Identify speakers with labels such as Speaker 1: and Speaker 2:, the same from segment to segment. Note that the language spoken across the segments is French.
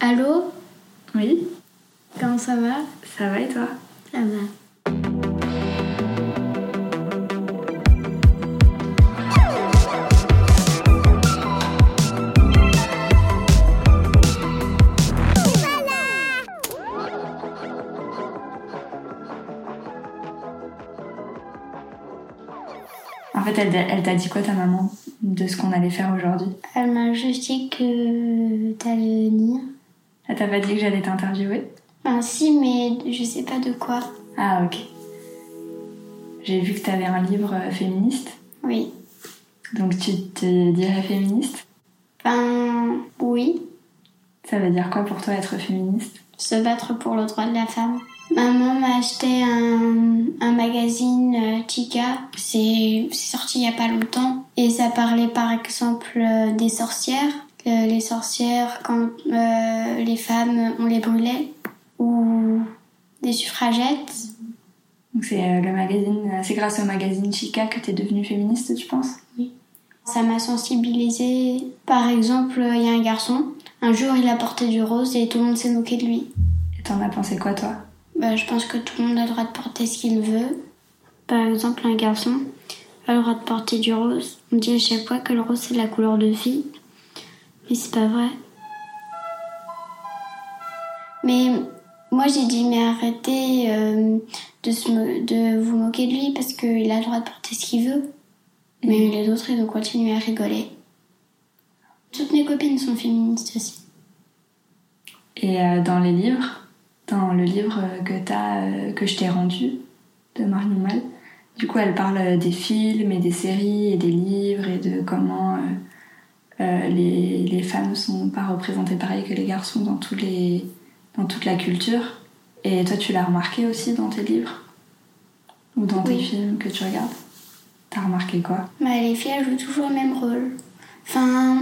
Speaker 1: Allô
Speaker 2: Oui,
Speaker 1: Comment ça va
Speaker 2: ça va et toi
Speaker 1: Ça va.
Speaker 2: En fait, elle, elle t'a dit quoi ta maman de ce qu'on allait faire aujourd'hui
Speaker 1: Elle m'a juste dit ben, que t'allais venir.
Speaker 2: Elle t'a Ah, pas dit que j'allais t'interviewer
Speaker 1: Ben si, mais je sais pas de quoi.
Speaker 2: Ah ok. J'ai vu que t'avais un livre euh, féministe,
Speaker 1: Oui.
Speaker 2: donc tu te dirais féministe
Speaker 1: Ben oui,
Speaker 2: Ça veut dire quoi pour toi être féministe
Speaker 1: se battre pour le droit de la femme. Maman m'a acheté un, un magazine euh, Tika. C'est c'est sorti il y a pas longtemps. Et ça parlait par exemple euh, des sorcières. Euh, les sorcières, quand euh, les femmes, on les brûlait. Ou des suffragettes.
Speaker 2: Donc c'est euh, le magazine, euh, c'est grâce au magazine Chica que t'es devenue féministe, tu penses
Speaker 1: Ça m'a sensibilisée. Par exemple, il y a un garçon, un jour il a porté du rose et tout le monde s'est moqué de lui.
Speaker 2: Et t'en as pensé quoi toi
Speaker 1: Bah, je pense que tout le monde a le droit de porter ce qu'il veut. Par exemple, un garçon a le droit de porter du rose. On dit à chaque fois que le rose c'est la couleur de fille. Mais c'est pas vrai. Mais moi j'ai dit mais arrêtez euh, de, se mo- de vous moquer de lui parce qu'il a le droit de porter ce qu'il veut. Mais les autres, ils ont continué à rigoler. Toutes mes copines sont féministes aussi.
Speaker 2: Et euh, dans les livres, dans le livre euh, que t'as, euh, que je t'ai rendu de Marie Mal, du coup elle parle euh, des films et des séries et des livres et de comment euh, euh, les, les femmes sont pas représentées pareil que les garçons dans tous les dans toute la culture. Et toi tu l'as remarqué aussi dans tes livres ou dans tes
Speaker 1: Oui.
Speaker 2: films que tu regardes. T'as remarqué quoi
Speaker 1: Bah, les filles, elles jouent toujours le même rôle. Enfin,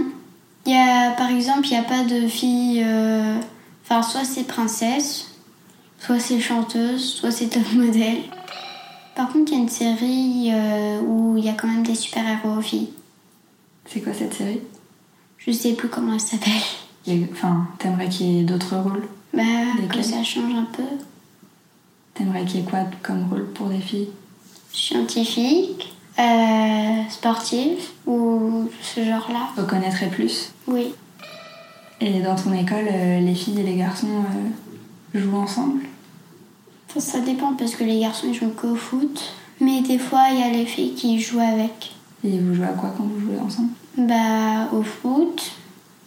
Speaker 1: il y a, par exemple, il n'y a pas de filles... euh, Enfin, soit c'est princesse, soit c'est chanteuse, soit c'est top modèle. Par contre, il y a une série euh, où il y a quand même des super-héros aux filles.
Speaker 2: C'est quoi cette série
Speaker 1: Je sais plus comment elle s'appelle.
Speaker 2: Et- Enfin, t'aimerais qu'il y ait d'autres rôles
Speaker 1: Bah, que
Speaker 2: Lesquelles
Speaker 1: ça change un peu.
Speaker 2: T'aimerais qu'il y ait quoi comme rôle pour les filles
Speaker 1: scientifique, euh, sportif ou ce genre-là.
Speaker 2: Reconnaîtrait plus
Speaker 1: Oui.
Speaker 2: Et dans ton école, euh, les filles et les garçons euh, jouent ensemble
Speaker 1: Ça, ça dépend parce que les garçons ils jouent qu'au foot, mais des fois il y a les filles qui jouent avec.
Speaker 2: Et vous jouez à quoi quand vous jouez ensemble
Speaker 1: Bah au foot,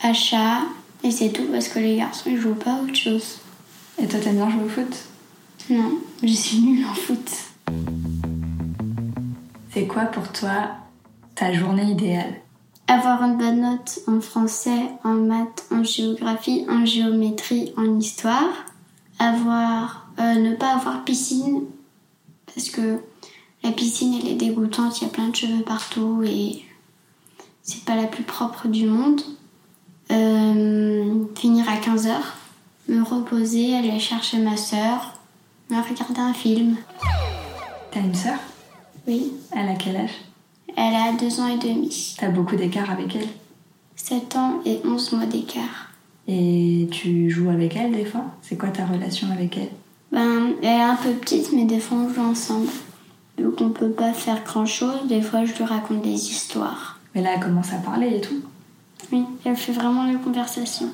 Speaker 1: à chat, et c'est tout parce que les garçons ils jouent pas à autre chose.
Speaker 2: Et toi, t'aimes bien jouer au foot
Speaker 1: Non, je suis nulle en foot.
Speaker 2: C'est quoi pour toi ta journée idéale
Speaker 1: Avoir une bonne note en français, en maths, en géographie, en géométrie, en histoire. Avoir, euh, ne pas avoir piscine parce que la piscine elle est dégoûtante, il y a plein de cheveux partout et c'est pas la plus propre du monde. Euh, finir à 15h, me reposer, aller chercher ma soeur, me regarder un film.
Speaker 2: T'as une sœur
Speaker 1: Oui,
Speaker 2: Elle a quel âge
Speaker 1: elle a 2 ans et demi,
Speaker 2: T'as beaucoup d'écart avec elle
Speaker 1: 7 ans et 11 mois d'écart.
Speaker 2: Et tu joues avec elle des fois C'est quoi ta relation avec elle
Speaker 1: Ben, elle est un peu petite, mais des fois on joue ensemble. Donc on peut pas faire grand chose, des fois je lui raconte des histoires.
Speaker 2: Mais là, elle commence à parler et tout.
Speaker 1: Oui, elle fait vraiment les conversations.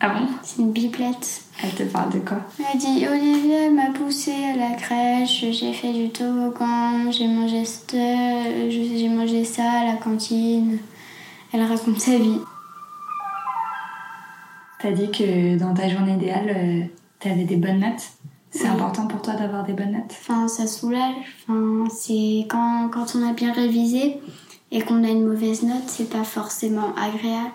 Speaker 2: Ah bon
Speaker 1: C'est une biblette.
Speaker 2: Elle te parle de quoi
Speaker 1: Elle dit Olivier elle m'a poussée à la crèche, j'ai fait du toboggan, j'ai mangé, ce- euh, j'ai j'ai mangé ça à la cantine. Elle raconte sa vie.
Speaker 2: T'as dit que dans ta journée idéale, euh, t'avais des bonnes notes. C'est
Speaker 1: Oui.
Speaker 2: important pour toi d'avoir des bonnes notes
Speaker 1: Enfin, ça soulage. Enfin, c'est quand, quand on a bien révisé et qu'on a une mauvaise note, c'est pas forcément agréable.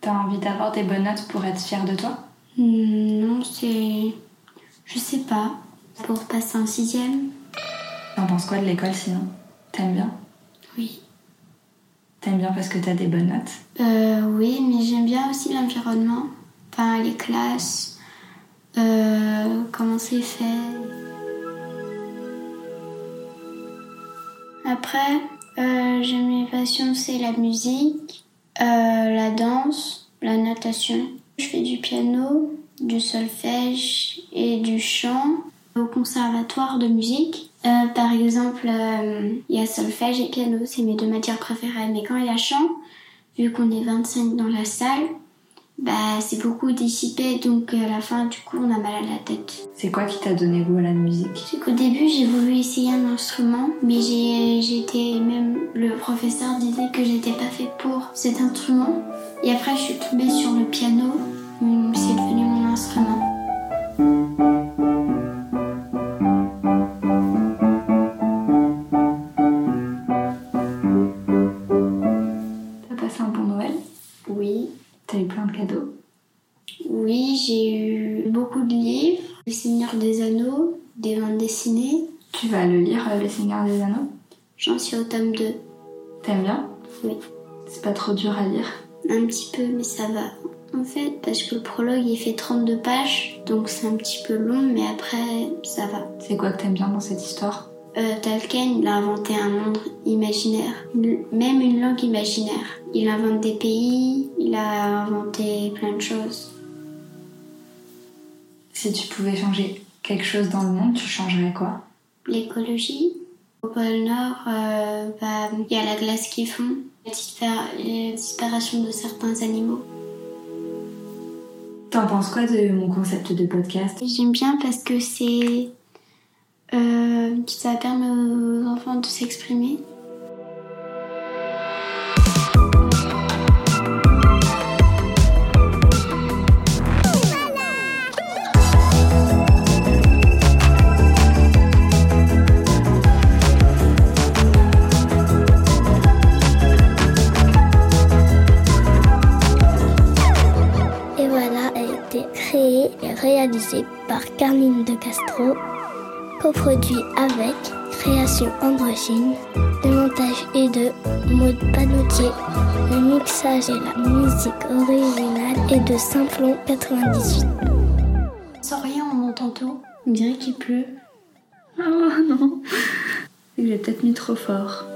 Speaker 2: T'as envie d'avoir des bonnes notes pour être fière de toi
Speaker 1: Hmm, Non, c'est. Je sais pas. Pour passer en sixième
Speaker 2: T'en penses quoi de l'école sinon T'aimes bien
Speaker 1: Oui.
Speaker 2: T'aimes bien parce que t'as des bonnes notes
Speaker 1: Euh, oui, mais j'aime bien aussi l'environnement. Enfin, les classes. euh, comment c'est fait. Après, euh, j'aime mes passions c'est la musique, euh, la danse, la natation. Je fais du piano, du solfège et du chant au conservatoire de musique. Euh, par exemple, euh, il y a solfège et piano, c'est mes deux matières préférées. Mais quand il y a chant, vu qu'on est 25 dans la salle, bah, c'est beaucoup dissipé, donc euh, à la fin, du coup, on a mal à la tête.
Speaker 2: C'est quoi qui t'a donné goût à la musique
Speaker 1: C'est qu'au début, j'ai voulu essayer un instrument, mais j'ai- j'étais même. Le professeur disait que j'étais pas faite pour cet instrument. Et après, je suis tombée sur le piano, hum, c'est devenu mon instrument.
Speaker 2: T'as passé un bon Noël
Speaker 1: Oui,
Speaker 2: T'as eu plein de cadeaux
Speaker 1: oui, j'ai eu beaucoup de livres Le Seigneur des Anneaux, des bandes dessinées.
Speaker 2: Tu vas le lire, euh, Le Seigneur des Anneaux
Speaker 1: J'en suis au tome 2.
Speaker 2: T'aimes bien
Speaker 1: Oui.
Speaker 2: C'est pas trop dur à lire.
Speaker 1: Un petit peu, mais ça va. En fait, parce que le prologue, il fait 32 pages, donc c'est un petit peu long, mais après, ça va.
Speaker 2: C'est quoi que t'aimes bien dans cette histoire
Speaker 1: Euh, Tolkien, il a inventé un monde imaginaire, une- même une langue imaginaire. Il invente des pays, il a inventé plein de choses.
Speaker 2: Si tu pouvais changer quelque chose dans le monde, tu changerais quoi
Speaker 1: L'écologie. Au pôle Nord, euh, bah, il y a la glace qui fond, la dispar- la disparition de certains animaux.
Speaker 2: T'en penses quoi de mon concept de podcast
Speaker 1: J'aime bien parce que c'est. euh, ça permet aux enfants de s'exprimer.
Speaker 3: Et voilà a été créé et réalisé par Carmine de Castro, coproduit avec Création Androgyne, le montage est de Maud Panotier, le mixage et la musique originale est de Simplon 98.
Speaker 1: Sans rien, on entend tout. On dirait qu'il pleut.
Speaker 2: Oh non Il est peut-être mis trop fort.